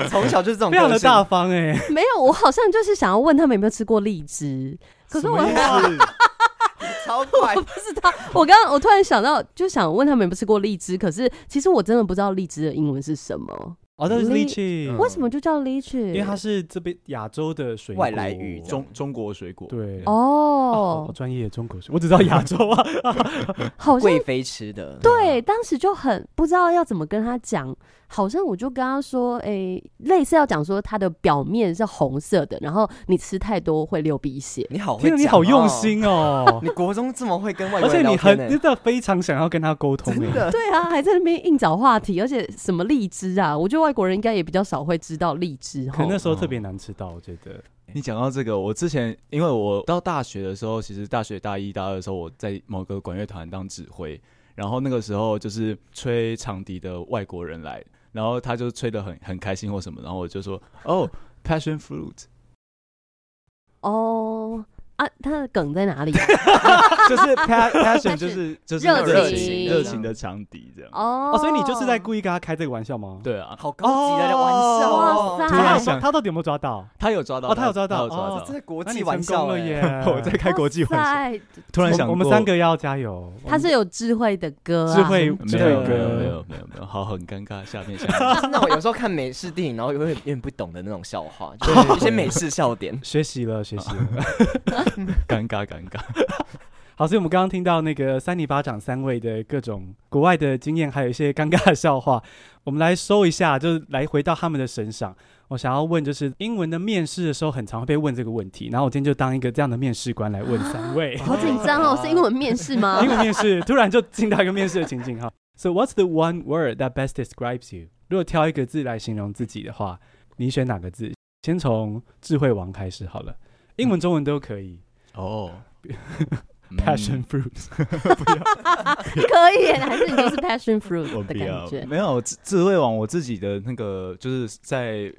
Speaker 1: 从小就是这种
Speaker 4: 非常
Speaker 1: 个
Speaker 4: 的
Speaker 1: 性
Speaker 4: 大方哎、
Speaker 2: 没有，我好像就是想要问他们有没有吃过荔枝，可是我
Speaker 1: 超快
Speaker 2: 我，不知道。我刚刚我突然想到，就想问他们有没有吃过荔枝，可是其实我真的不知道荔枝的英文是什么，
Speaker 4: 哦，那是
Speaker 2: 你
Speaker 4: lychee，、
Speaker 1: 嗯
Speaker 2: 为什么就叫荔枝？
Speaker 4: 因为它是这边亚洲的水果
Speaker 1: 外来语
Speaker 3: 中中国水果，
Speaker 4: 对哦好好
Speaker 2: 哦，
Speaker 4: 专业中国水，我只知道亚洲啊，
Speaker 2: 好像
Speaker 1: 贵妃吃的，
Speaker 2: 对，当时就很不知道要怎么跟他讲，好像我就跟他说，诶、类似要讲说它的表面是红色的，然后你吃太多会流鼻血。
Speaker 1: 你好会
Speaker 4: 天哪，你
Speaker 1: 讲
Speaker 4: 好用
Speaker 1: 哦，
Speaker 4: 心 哦，
Speaker 1: 你国中这么会跟外
Speaker 4: 而
Speaker 1: 国
Speaker 4: 且
Speaker 1: 人
Speaker 4: 你
Speaker 1: 聊
Speaker 4: 很
Speaker 1: 天呢欸
Speaker 4: 真的非常想要跟他沟通
Speaker 1: 真
Speaker 4: 哎，
Speaker 1: 的。
Speaker 2: 对啊，还在那边硬找话题，而且什么荔枝啊，我觉得外国人应该也比较少会知道荔枝哦
Speaker 4: 可
Speaker 2: 哈
Speaker 4: 能。那
Speaker 1: 哦
Speaker 4: 时候特别难吃到，我觉得
Speaker 3: 你讲到这个，我之前因为我到大学的时候，其实大学大一、大二的时候，我在某个管乐团当指挥，然后那个时候就是吹长笛的外国人来，然后他就吹得很很开心或什么，然后我就说哦，passion fruit，
Speaker 2: 哦啊，它的梗在哪里？啊哦
Speaker 3: 就是 pa- passion 就是就是
Speaker 2: 热
Speaker 1: 情
Speaker 3: 热情
Speaker 1: 热
Speaker 3: 热
Speaker 1: 情
Speaker 3: 情的长笛这样。
Speaker 2: 哦
Speaker 4: 哦，所以你就是在故意跟他开这个玩笑吗？，
Speaker 3: 对啊，
Speaker 1: 好高级的玩笑哦！
Speaker 2: 哇塞
Speaker 3: 突
Speaker 4: 他
Speaker 3: 然
Speaker 4: 有抓
Speaker 3: 想，
Speaker 4: 他到底有没有抓到？
Speaker 3: 他有抓到，
Speaker 4: 哦他有抓到
Speaker 3: 他有抓
Speaker 4: 哦
Speaker 3: 到！
Speaker 1: 这，是国
Speaker 4: 那
Speaker 1: 际
Speaker 4: 你
Speaker 1: 玩
Speaker 4: 成
Speaker 1: 笑
Speaker 4: 功了
Speaker 1: 哎，
Speaker 4: 耶
Speaker 3: 我在开国际玩笑，
Speaker 2: 哇塞
Speaker 3: 突然想
Speaker 4: 我们
Speaker 3: 过
Speaker 4: 三个要加油，
Speaker 2: 他是有智慧的歌、啊，
Speaker 4: 智慧
Speaker 3: 没
Speaker 4: 智
Speaker 3: 有
Speaker 4: 慧
Speaker 3: 没有没
Speaker 4: 哥，。
Speaker 3: 有没有没有，好，很尴尬，下面下面。
Speaker 1: 就是 那种有时候看美式电影，然后有点有点不懂的那种笑话，就是一些美式笑点
Speaker 4: 学习了学习 了。
Speaker 3: 尴尬尴尬。
Speaker 4: 好，所以我们刚刚听到那个三尼巴掌三位的各种国外的经验，还有一些尴尬的笑话，我们来收一下，就是来回到他们的身上。我想要问，就是英文的面试的时候，很常会被问这个问题，然后我今天就当一个这样的面试官来问三位。
Speaker 2: 好紧张哦，是英文面试吗
Speaker 4: 英？文面试突然就进到一个面试的情境哈。So what's the one word that best describes you？如果挑一个字来形容自己的话，你选哪个字？先从智慧王开始好了，英文、中文都可以。 嗯
Speaker 3: 哦嗯
Speaker 4: Passion fruit，
Speaker 2: 可以耶，还是你就是 passion fruit
Speaker 3: 我
Speaker 2: 的
Speaker 3: 不
Speaker 2: 感
Speaker 3: 要
Speaker 2: 觉，？
Speaker 3: 没有自自卫网我自己的那个就是在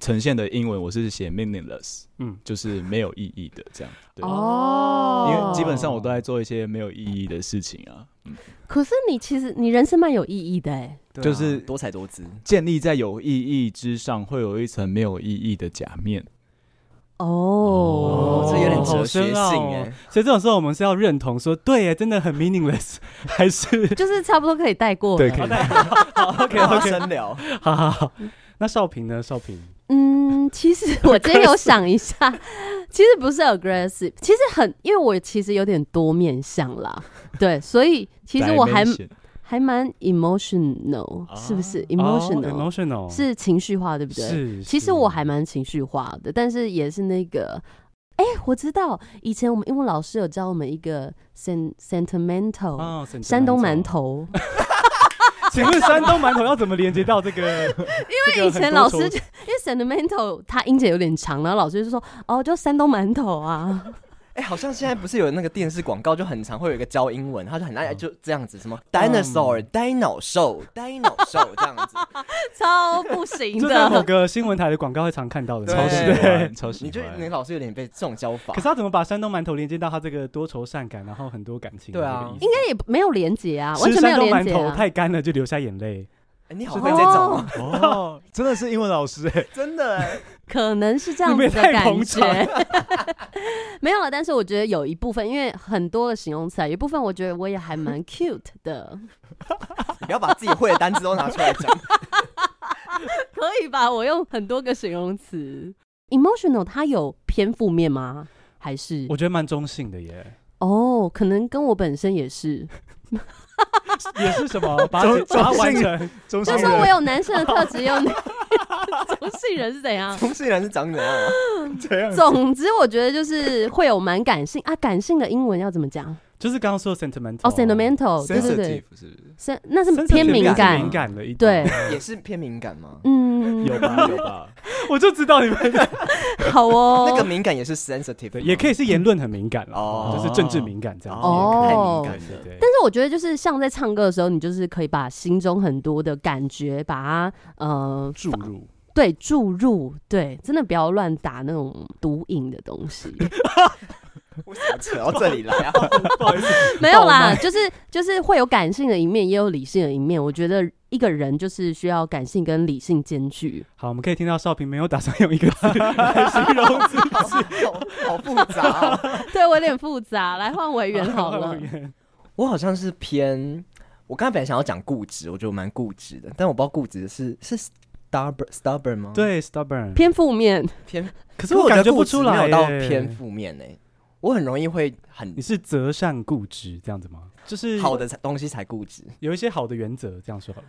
Speaker 3: 呈现的英文，我是写 meaningless，
Speaker 4: 嗯，
Speaker 3: 就是没有意义的这样。对，
Speaker 2: 哦
Speaker 3: 因为基本上我都在做一些没有意义的事情啊，嗯，
Speaker 2: 可是你其实你人生蛮有意义的哎，
Speaker 1: 对啊
Speaker 3: 就是
Speaker 1: 多才 多姿，
Speaker 3: 建立在有意义之上，会有一层没有意义的假面。
Speaker 2: 哦
Speaker 1: 哦，这有点
Speaker 4: 好
Speaker 1: 哲学
Speaker 4: 深
Speaker 1: 性
Speaker 4: 奥
Speaker 3: 欸
Speaker 1: 哎。
Speaker 4: 所以这种时候我们是要认同说，对耶，真的很 meaningless，还是
Speaker 2: 就是差不多可以带过了。
Speaker 3: 对，可以。
Speaker 1: OK
Speaker 4: 啊
Speaker 1: OK，深聊。
Speaker 4: 好好好。那少平呢？少平，
Speaker 2: 嗯，其实我今天有想一下，其实不是 aggressive，其实很，因为我其实有点多面向啦，对，所以其实我还
Speaker 3: Dimension
Speaker 2: 还蛮 emotional，、是不是 emotional、
Speaker 4: 啊哦 emotional
Speaker 2: 是情绪化，对不对？
Speaker 4: 是，
Speaker 2: 其
Speaker 4: 是
Speaker 2: 实我还蛮情绪化的，但是也是那个，哎、我知道以前我们英文老师有
Speaker 4: 啊
Speaker 2: 教我们一个 sen sentimental，、
Speaker 4: 哦
Speaker 2: 山东馒，头，
Speaker 4: 请问山东馒头要怎么连接到这个？ 因
Speaker 2: 以前老师就因为 sentimental 它音节有点长，然后老师就说哦，就山东馒头 啊，
Speaker 1: 哎、好像现在不是有那个电视广告，就很常会有一个教英文，他就很
Speaker 4: 嗯
Speaker 1: 爱就这样子，什么 dinosaur、dino 兽、dino 兽这样 子，
Speaker 2: 超不行
Speaker 4: 就在某
Speaker 2: 的。
Speaker 4: 个新闻台的哦广告会常看到的，
Speaker 1: 对
Speaker 3: 超
Speaker 4: 超
Speaker 3: 喜
Speaker 4: 市对。
Speaker 3: 欢，超喜
Speaker 1: 你就
Speaker 3: 欢。
Speaker 1: 你老师有点被这种教法
Speaker 4: 可是，他怎么把山东馒头连接到他这个多愁善感，然后很多感情的
Speaker 1: 对啊
Speaker 4: 这个意思？
Speaker 2: 应该也没有连结啊，完全
Speaker 4: 吃
Speaker 2: 没
Speaker 4: 山
Speaker 2: 有
Speaker 4: 东
Speaker 2: 连
Speaker 4: 馒
Speaker 2: 结、
Speaker 4: 头
Speaker 2: 啊。
Speaker 4: 太干了就流下眼泪，
Speaker 1: 哎你好会这种
Speaker 2: 哦
Speaker 1: 啊，
Speaker 3: 哦，真的是英文老师哎、
Speaker 1: 真的、
Speaker 4: 欸
Speaker 1: 哎
Speaker 2: 可能是这样
Speaker 4: 你们
Speaker 2: 子
Speaker 4: 也
Speaker 2: 的
Speaker 4: 太
Speaker 2: 感
Speaker 4: 捧
Speaker 2: 觉， 没有了。但是我觉得有一部分，因为很多的形容词啊，有一部分我觉得我也还蛮 cute 的，
Speaker 1: 你不要把自己会的单词都拿出来讲。
Speaker 2: 可以吧？我用很多个形容词，emotional 它有偏负面吗？还是
Speaker 4: 我觉得蛮中性的耶。
Speaker 2: 哦，可能跟我本身也是，
Speaker 4: 也是什么把
Speaker 3: 中
Speaker 4: 把它完
Speaker 3: 中性
Speaker 4: 成，
Speaker 3: 中
Speaker 2: 就
Speaker 3: 性
Speaker 2: 是说我
Speaker 3: 人
Speaker 2: 有男生的特质，有 女中性人是怎样？
Speaker 1: 同性人是长怎样啊？
Speaker 3: 这样子
Speaker 2: 总之，我觉得就是会有蛮感性啊，感性的英文要怎么讲？
Speaker 4: 就是刚刚说的 sentimental，
Speaker 2: 哦，sentimental，对对对
Speaker 3: sensitive，是不是？
Speaker 2: ，sen- 那是
Speaker 4: sensitive
Speaker 2: 偏敏
Speaker 4: 感，
Speaker 2: 感
Speaker 4: 敏，感了一点
Speaker 2: 对，，
Speaker 1: 也是偏敏感吗？
Speaker 2: 嗯，
Speaker 3: 有吧有吧，
Speaker 4: 我就知道你们
Speaker 2: 好哦，
Speaker 1: 那个敏感也是 sensitive，
Speaker 4: 对，
Speaker 1: 吗
Speaker 4: 也可以是言论很敏感
Speaker 1: 哦
Speaker 4: 哦，就是政治敏感这样子。
Speaker 2: 哦
Speaker 1: 太敏
Speaker 4: 对
Speaker 1: 感
Speaker 4: 对
Speaker 1: 了。
Speaker 4: 对
Speaker 2: 但是我觉得，就是像在唱歌的时候，你就是可以把心中很多的感觉，把它呃，
Speaker 4: 注入，
Speaker 2: 对，注入，对，真的不要乱打那种毒瘾的东 西。
Speaker 1: 为什么扯到这里来 啊？
Speaker 2: 没有啦，就是就是会有感性的一面，也有理性的一面。我觉得一个人就是需要感性跟理性兼具。
Speaker 4: 好，我们可以听到少平没有打算用一个字来形容自己。
Speaker 1: 好好复杂哦、
Speaker 2: 对我有点复杂，来换委员好了
Speaker 4: 委。员
Speaker 1: 我好像是偏，我刚才本来想要讲固执，我觉得我蛮固执的，但我不知道固执是是 stubborn stubborn 吗？，
Speaker 4: 对 stubborn，
Speaker 2: 偏负面，
Speaker 1: 偏。
Speaker 4: 可
Speaker 1: 可
Speaker 4: 我感
Speaker 1: 觉
Speaker 4: 觉
Speaker 1: 得
Speaker 4: 不出来
Speaker 1: 固执没有到
Speaker 4: 耶
Speaker 1: 偏负面呢、欸我很容易会很
Speaker 4: 你是择善固执这样子吗？就是
Speaker 1: 好的才东西才固执。
Speaker 4: 有一些好的原则，这样说好了。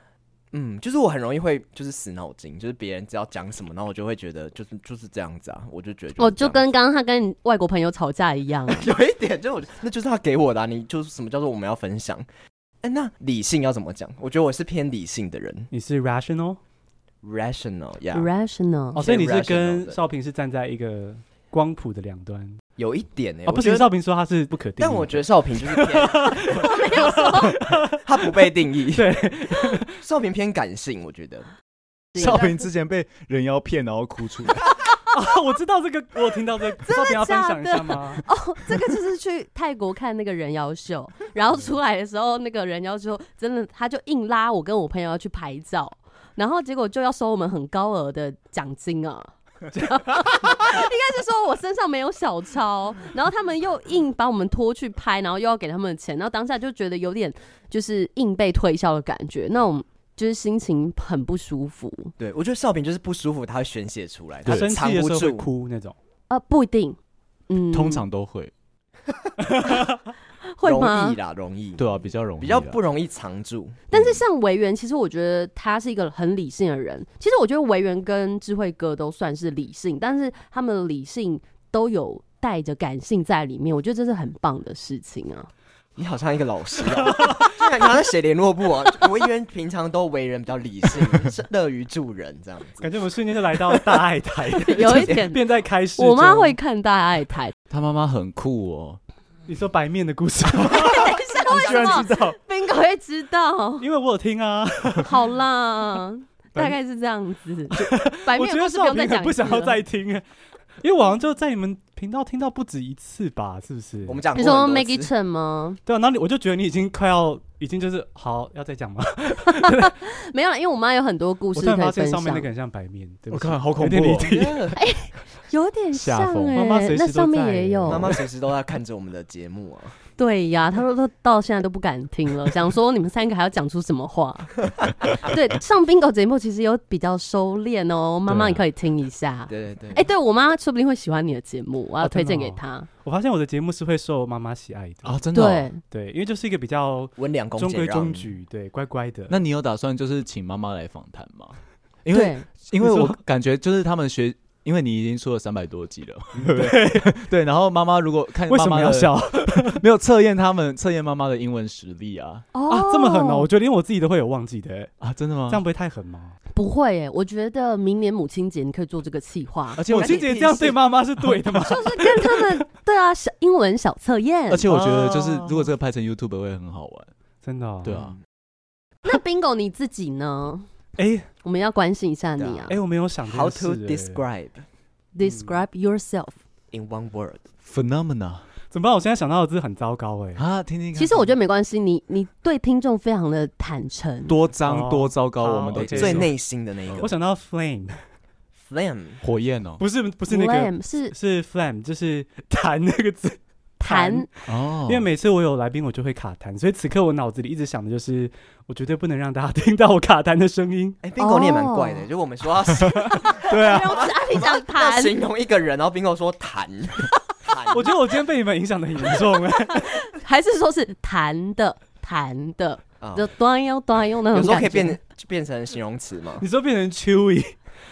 Speaker 1: 嗯，就是我很容易会就是死脑筋，就是别人只要讲什么，然后我就会觉得就是就是这样子啊，我就觉得
Speaker 2: 哦，
Speaker 1: 是这
Speaker 2: 就
Speaker 1: 样
Speaker 2: 跟刚刚他跟外国朋友吵架一 样啊。
Speaker 1: 有一点就是我那就是他给我的、啊，你就是什么叫做我们要分享？哎，那理性要怎么讲？我觉得我是偏理性的人
Speaker 4: 你是 rational
Speaker 1: ，rational
Speaker 2: 啊
Speaker 1: 呀、
Speaker 2: Rational，
Speaker 4: 哦，所以你是
Speaker 1: rational
Speaker 4: 跟
Speaker 1: 的
Speaker 4: 少平是站在一个光谱的两端
Speaker 1: 有一点哎、
Speaker 4: 哦，不
Speaker 1: 我觉
Speaker 4: 行，
Speaker 1: 得
Speaker 4: 少平说他是不可定义的，
Speaker 1: 但我觉得少平就是偏，我 没
Speaker 2: 有
Speaker 1: 说，他不被定义。
Speaker 4: 对，
Speaker 1: 少平偏感性，我觉得
Speaker 3: 少平之前被人妖骗，然后哭出 来，
Speaker 4: 啊，我知道这个，我有听到这个，少平要分享一
Speaker 2: 假
Speaker 4: 下吗？
Speaker 2: 哦，这个就是去泰国看那个人妖秀，然后出来的时候，那个人妖秀真的他就硬拉我跟我朋友要去拍照，然后结果就要收我们很高额的奖金啊。应该是说我身上没有小抄，然后他们又硬把我们拖去拍，然后又要给他们钱，然后当下就觉得有点就是硬被推销的感觉，那种就是心情很不舒服。
Speaker 1: 对，我觉得少平就是不舒服，他会宣泄出来，
Speaker 4: 他
Speaker 1: 他
Speaker 4: 生
Speaker 1: 藏
Speaker 4: 气的
Speaker 1: 不
Speaker 4: 时候会
Speaker 1: 住。
Speaker 4: 哭那种，
Speaker 2: 呃，不一定，嗯，
Speaker 3: 通常都会，
Speaker 2: 会
Speaker 1: 容
Speaker 2: 吗
Speaker 1: 易？啦，容易，
Speaker 3: 对啊，比较容易啊，
Speaker 1: 比较不容易藏住。嗯
Speaker 2: 但
Speaker 3: 嗯
Speaker 2: 是像维园，其实我觉得他是一个很理性的人。其实我觉得维园跟智慧哥都算是理性，但是他们的理性都有带着感性在里面，我觉得这是很棒的事情 啊。
Speaker 1: 你好像一个老师、啊， 就感觉好像写联络簿啊。我一人平常都为人比较理性，是乐于助人这样子。
Speaker 4: 感觉我们瞬间就来到大爱台，
Speaker 2: 有一点
Speaker 4: 便在开始。
Speaker 2: 我妈会，看大爱 台，
Speaker 3: 他妈妈很酷哦，
Speaker 4: 你说白面的故事，
Speaker 2: 等一下为
Speaker 4: 居
Speaker 2: 什
Speaker 4: 然
Speaker 2: 么
Speaker 4: 知道，
Speaker 2: bingo 会知 道？
Speaker 4: 因为我有听啊。
Speaker 2: 好啦，
Speaker 4: 白
Speaker 2: 大概是这样 子。白
Speaker 4: 我
Speaker 2: 面
Speaker 4: 觉
Speaker 2: 的故
Speaker 4: 得
Speaker 2: 事不
Speaker 4: 少
Speaker 2: 用再
Speaker 4: 平
Speaker 2: 讲
Speaker 4: 很
Speaker 2: 一
Speaker 4: 不
Speaker 2: 次
Speaker 4: 想要
Speaker 2: 了
Speaker 4: 再听，因为我好像就在你们频道听到不止一次吧，是不是？
Speaker 1: 我们讲
Speaker 2: 你
Speaker 1: 过
Speaker 2: 说
Speaker 1: 很多
Speaker 2: Maggie
Speaker 1: 次
Speaker 2: Chen 吗？
Speaker 4: 对啊，然后你我就觉得你已经快要，已经就是好要再讲吗？
Speaker 2: 没有啦，因为我妈有很多故
Speaker 4: 我
Speaker 2: 事
Speaker 4: 突
Speaker 2: 可
Speaker 4: 然发
Speaker 2: 以
Speaker 4: 现
Speaker 2: 分
Speaker 4: 上面那
Speaker 2: 享
Speaker 4: 个，很像白面，对不
Speaker 3: 我
Speaker 4: 起
Speaker 3: 看好恐怖
Speaker 4: 有点离
Speaker 3: 哦，
Speaker 4: 题。
Speaker 2: 有点
Speaker 3: 下
Speaker 2: 像
Speaker 3: 风
Speaker 2: 哎、
Speaker 4: 妈妈随时
Speaker 2: 那
Speaker 4: 都
Speaker 2: 上面
Speaker 4: 在
Speaker 2: 也有
Speaker 1: 妈妈随时都在看着我们的节目啊。
Speaker 2: 对呀，他说他到现在都不敢听了，想说你们三个还要讲出什么话？对，上 bingo 节目其实有比较收敛哦，妈妈
Speaker 3: 对啊
Speaker 2: 你可以听一下。
Speaker 1: 对对对，
Speaker 2: 哎，对我妈说不定会喜欢你的节目，我要
Speaker 4: 哦
Speaker 2: 推荐
Speaker 4: 真的
Speaker 2: 给
Speaker 4: 哦
Speaker 2: 她。
Speaker 4: 我发现我的节目是会受妈妈喜爱的，
Speaker 3: 啊，真的哦、
Speaker 2: 对，
Speaker 4: 对，因为就是一个比较
Speaker 1: 温良恭
Speaker 4: 中
Speaker 1: 俭
Speaker 4: 规
Speaker 1: 让
Speaker 4: 中。矩，对，乖乖的。
Speaker 3: 那你有打算就是请妈妈来访谈吗？因为
Speaker 2: 对，
Speaker 3: 因为
Speaker 4: 你说
Speaker 3: 我感觉就是他们学因为你已经出了三百多集了， 对对。然后妈妈如果看
Speaker 4: 嗯为
Speaker 3: 妈
Speaker 4: 什
Speaker 3: 妈
Speaker 4: 么
Speaker 3: 的
Speaker 4: 要笑
Speaker 2: 哦
Speaker 4: 啊？
Speaker 3: 没有测验他们测验妈妈的英文实力啊
Speaker 2: 哦、
Speaker 4: 这么狠哦！我觉得连我自己都会有忘记的欸，
Speaker 3: 啊，真的吗
Speaker 4: 这？样不会太狠吗？
Speaker 2: 不会耶，我觉得明年母亲节你可以做这个企划，
Speaker 3: 而且我
Speaker 4: 母亲节这样对妈妈是 对的吗？
Speaker 2: 就是跟他们对啊，小英文小测验
Speaker 3: 而。且我觉得就是如果这个拍成 YouTube 会很好玩，
Speaker 4: 真的哦，
Speaker 3: 对啊，
Speaker 2: 那 bingo 你自己呢？
Speaker 4: 哎
Speaker 2: 我们要关心一下你啊。
Speaker 4: 哎，我没有想这
Speaker 1: ，How
Speaker 4: 件事
Speaker 1: to
Speaker 4: 欸
Speaker 1: describe
Speaker 2: Describe yourself。
Speaker 1: in one word？
Speaker 3: ，phenomena
Speaker 4: 怎么办？我现在想到的字很糟糕哎。
Speaker 3: 啊，听听看。
Speaker 2: 其实我觉得没关系，你你对听众非常的坦诚。
Speaker 3: 多脏
Speaker 4: 哦
Speaker 3: 多糟糕，
Speaker 4: 好
Speaker 3: 我们都
Speaker 4: 对
Speaker 3: 接
Speaker 1: 最
Speaker 3: 受。
Speaker 1: 内心的那一
Speaker 4: 我
Speaker 1: 个
Speaker 4: 想到 flame，
Speaker 1: flame，
Speaker 3: 火焰哦，
Speaker 4: 不是不是那个，
Speaker 2: Blame 是
Speaker 4: 是 flame，就是弹那个字。
Speaker 2: 谈
Speaker 3: 哦，
Speaker 4: 因为每次我有来宾，我就会卡痰，所以此刻我脑子里一直想的就是，我绝对不能让大家听到我卡痰的声音。
Speaker 1: 哎，bingo 你也蛮怪
Speaker 2: 哦
Speaker 1: 的，就我们说 要形
Speaker 4: 对啊，
Speaker 2: 用阿里讲
Speaker 1: 要
Speaker 2: 谈
Speaker 1: 形容一个人，然后 bingo 说 谈，谈
Speaker 4: 我觉得我今天被你们影响的很严重哎。
Speaker 2: 还是说是谈的谈的，
Speaker 1: 啊
Speaker 2: 就端悠端悠那
Speaker 1: 有
Speaker 2: 种
Speaker 1: 时候
Speaker 2: 感
Speaker 1: 可以
Speaker 2: 觉，
Speaker 1: 变变成形容词嘛？
Speaker 4: 你说变成 chewy，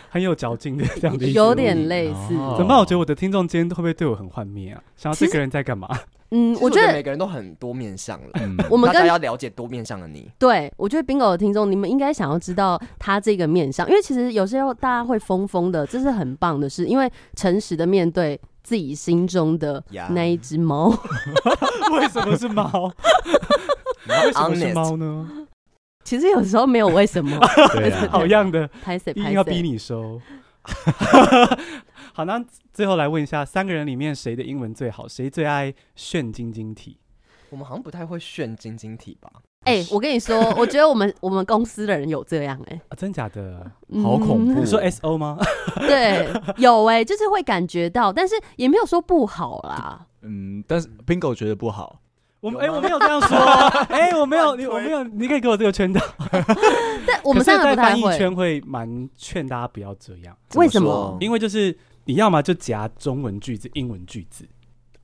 Speaker 4: 很有嚼劲的这样的意思
Speaker 2: 有点类似。
Speaker 3: 哦
Speaker 4: 怎么办？我觉得我的听众今天会不会对我很幻灭啊？想要这个人在干嘛？
Speaker 2: 嗯
Speaker 1: 其，实
Speaker 2: 我
Speaker 1: 我
Speaker 2: 觉
Speaker 1: 觉得
Speaker 2: 得
Speaker 1: 每个人都很多面相了，
Speaker 3: 嗯
Speaker 2: 我们
Speaker 1: 大家
Speaker 2: 跟
Speaker 1: 要了解多面相的你。
Speaker 2: 对我觉得 bingo 的听众，你们应该想要知道他这个面相，因为其实有时候大家会疯疯的，这是很棒的事，因为诚实的面对自己心中的
Speaker 1: 呀
Speaker 2: 那一只猫。
Speaker 4: 为什么是猫？为什么是
Speaker 1: Honest，
Speaker 4: 猫 呢？
Speaker 2: 其实有时候没有为什么，
Speaker 3: 对啊
Speaker 4: 好样的，
Speaker 2: 拍谁
Speaker 4: 一
Speaker 2: 拍
Speaker 4: 定要逼
Speaker 2: 谁。
Speaker 4: 你收。 好，那最后来问一下，三个人里面谁的英文最好？谁最爱炫晶晶体？
Speaker 1: 我们好像不太会炫晶晶体吧？
Speaker 2: 哎、我跟你说，我觉得我们我们公司的人有这样哎、
Speaker 4: 啊，真假的？
Speaker 2: 嗯
Speaker 3: 好恐怖
Speaker 4: 你说 S O 吗？
Speaker 2: 对，有哎、就是会感觉到，但是也没有说不好啦。
Speaker 3: 嗯，但是 bingo 觉得不好，
Speaker 4: 我
Speaker 1: 有
Speaker 4: 哎、
Speaker 1: 吗
Speaker 4: 我没有这样说，哎、我没有，你我没有，你可以给我这个圈套。
Speaker 2: 但我们
Speaker 4: 可
Speaker 2: 三
Speaker 4: 是
Speaker 2: 个
Speaker 4: 在
Speaker 2: 不太
Speaker 4: 翻译
Speaker 2: 会，
Speaker 4: 圈会蛮劝大家不要这样，
Speaker 2: 为什
Speaker 1: 怎
Speaker 2: 么
Speaker 1: 么？
Speaker 4: 因为就是你要么就夹中文句子、英文句子，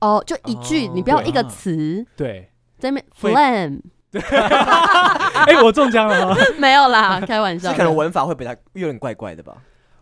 Speaker 2: 哦，就一句，
Speaker 1: 哦
Speaker 2: 你不要一个
Speaker 3: 对啊
Speaker 2: 词
Speaker 4: 对。
Speaker 2: 在那边
Speaker 4: 会
Speaker 2: flame
Speaker 4: 哎、我中奖了吗？
Speaker 2: 没有啦，开玩笑
Speaker 1: 这
Speaker 2: 的。
Speaker 1: 可能文法会比较有点怪怪的吧？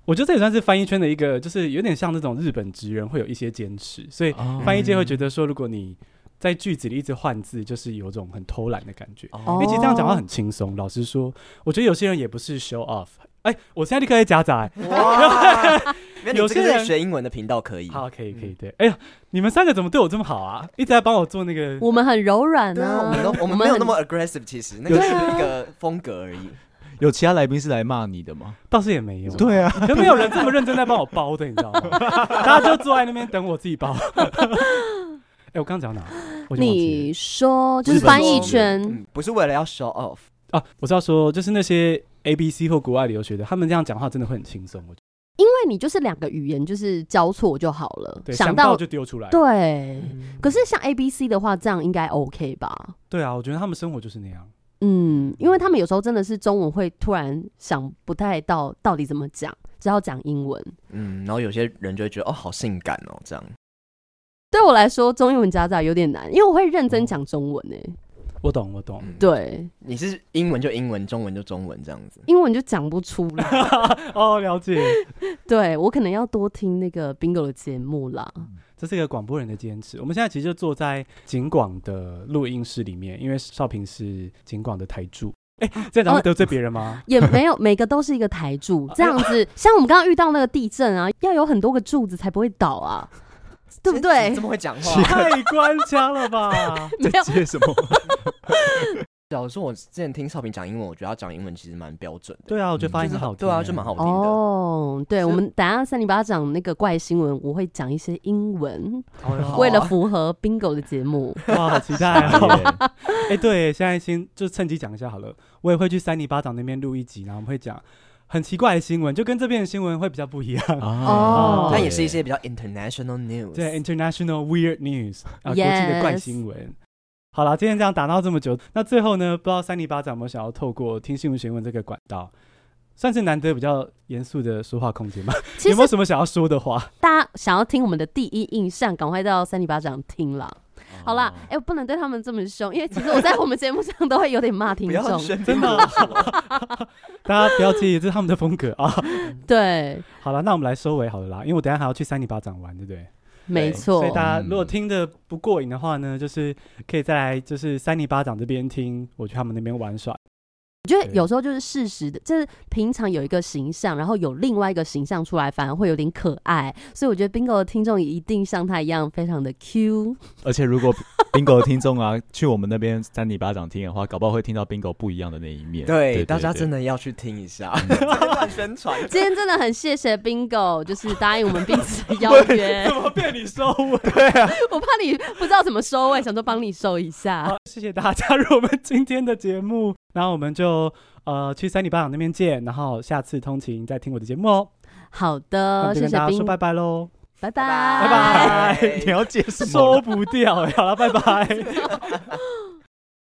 Speaker 4: 我觉得这也算是翻译圈的一个，就是有点像那种日本职人会有一些坚持，所以
Speaker 3: 哦
Speaker 4: 翻译界会觉得说，如果你在句子里一直换字，就是有种很偷懒的感觉。
Speaker 2: 哦
Speaker 4: 因为其实这样讲话很轻松。老实说，我觉得有些人也不是 show off。哎、我现在立刻在夹杂、哎
Speaker 1: 哇，没有
Speaker 4: 有
Speaker 1: 你这
Speaker 4: 些
Speaker 1: 个
Speaker 4: 人
Speaker 1: 是学英文的频道可以。
Speaker 4: 好，可以，可以，对。哎呀，你们三个怎么对我这么好啊？一直在帮我做那个，
Speaker 2: 我们很柔软
Speaker 1: 对啊，我们都我
Speaker 2: 我
Speaker 1: 们没有那
Speaker 2: 很
Speaker 1: 么 aggressive，其实那个
Speaker 2: 对
Speaker 1: 是
Speaker 2: 啊
Speaker 1: 一个风格而已。
Speaker 3: 有其他来宾是来骂你的吗？
Speaker 4: 倒是也没有。
Speaker 3: 对啊，
Speaker 4: 可没有人这么认真在帮我包的，你知 道吗？大家就坐在那边等我自己包。 哎、我刚讲哪？我已经忘记
Speaker 2: 你说就
Speaker 3: 日
Speaker 2: 是
Speaker 3: 本
Speaker 2: 翻
Speaker 3: 说
Speaker 2: 译圈
Speaker 1: 嗯，不是为了要 show off，
Speaker 4: 了啊，我知道说，就是那些 A、B、C 或国外留学的，他们这样讲话真的会很轻松。我觉得
Speaker 2: 因为你就是两个语言就是交错就好了，
Speaker 4: 对，
Speaker 2: 想
Speaker 4: 想
Speaker 2: 到
Speaker 4: 就丢出来。
Speaker 2: 对。
Speaker 4: 嗯
Speaker 2: 可是像 A B C 的话，这样应该 OK 吧？
Speaker 4: 对啊，我觉得他们生活就是那 样。
Speaker 2: 嗯，因为他们有时候真的是中文会突然想不太到到底怎么讲，只好讲英文。
Speaker 1: 嗯，然后有些人就会觉得哦，好性感哦，这样。
Speaker 2: 对我来说，中英文夹杂有点难，因为我会认真讲中文诶、欸
Speaker 4: 我懂，我懂。
Speaker 1: 嗯，
Speaker 2: 对，
Speaker 1: 你是英文就英文，中文就中文这样子。
Speaker 2: 英文就讲不出来。
Speaker 4: 哦，了解。
Speaker 2: 对我可能要多听那个 Bingo 的节目啦。
Speaker 4: 这是一个广播人的坚持。我们现在其实就坐在景广的录音室里面，因为少平是景广的台柱。哎、
Speaker 1: 啊
Speaker 4: 这样讲会得罪别人吗？
Speaker 2: 也没有每个都是一个台柱，这样子，像我们刚刚遇到那个地震啊，要有很多个柱子才不会倒啊，对不对
Speaker 1: 你这？么会讲话。
Speaker 4: 太官腔了 吧！
Speaker 2: 没有，
Speaker 3: 接什么？
Speaker 1: 假如说我之前听少平讲英文，我觉得他讲英文其实蛮标准的，
Speaker 4: 对啊，我觉得发音
Speaker 1: 就是
Speaker 4: 很好听、
Speaker 1: 对啊，就蛮好听的。
Speaker 2: 哦，对，
Speaker 1: 是
Speaker 2: 我们等一下三零八讲那个怪新闻，我会讲一些英文，
Speaker 4: 好啊呀。
Speaker 2: 为
Speaker 1: 啊
Speaker 2: 了符合 Bingo 的节 目。
Speaker 4: 哇，好期 待、啊！哎、对，现在先就趁机讲一下好了。我也会去三里巴掌那边录一集，然后我们会讲很奇怪的新闻，就跟这边的新闻会比较不一样。
Speaker 2: 哦
Speaker 1: 它也是一些比较 international news。
Speaker 4: 对，international weird news 啊、国际的怪
Speaker 2: Yes
Speaker 4: 新闻。好啦，今天这样打闹这么久，那最后呢，不知道三里巴掌有没有想要透过听新闻询问这个管道，算是难得比较严肃的说话空间吧？
Speaker 2: 其
Speaker 4: 有
Speaker 2: 实
Speaker 4: 没有什么想要说的话？
Speaker 2: 大家想要听我们的第一印象，赶快到三零八讲听啦。好
Speaker 4: 哦
Speaker 2: 啦，哎、不能对他们这么凶，因为其实我在我们节目上都会有点 骂听
Speaker 1: 不要
Speaker 2: 众。
Speaker 1: 生
Speaker 4: 真的啊，大家不要介意，这是他们的风格啊。
Speaker 2: 对，
Speaker 4: 好了，那我们来收尾好了啦，因为我等一下还要去三里巴掌玩，对不对？
Speaker 2: 没
Speaker 1: 对
Speaker 2: 错
Speaker 4: 所以。大家如果听的不过瘾的话呢，就是可以再来就是三里巴掌这边听，我去他们那边玩耍。
Speaker 2: 我觉得
Speaker 4: 对
Speaker 2: 有时候就是事实的，就是平常有一个形象，然后有另外一个形象出来，反而会有点可爱。所以我觉得 Bingo 的听众也一定像他一样非常的 Q。
Speaker 3: 而且如果 bingo 的听众啊去我们那边三里巴掌听的话，搞不好会听到 bingo 不一样的那一 面。
Speaker 1: 对，嗯大家
Speaker 3: 对
Speaker 1: 真的要去听一下， 在乱宣传。
Speaker 2: 今天真的很谢谢 Bingo，就是答应我们彼此的邀 约。
Speaker 4: 怎么被你收 尾？
Speaker 2: 我怕你不知道怎么收尾，想说帮你收一下
Speaker 4: 好。，谢谢大家加入我们今天的节目， 然后我们就呃去三里巴掌那边见，然后下次通勤再听我的节目哦。
Speaker 2: 好的，
Speaker 4: 那我们就
Speaker 2: 谢
Speaker 4: 跟
Speaker 2: 哦谢
Speaker 4: 大家说
Speaker 2: Bingo，
Speaker 4: 拜拜喽，
Speaker 2: 拜拜
Speaker 1: 拜
Speaker 4: 拜
Speaker 1: 拜
Speaker 3: 你要解释
Speaker 4: 收不掉、欸，好了，拜拜。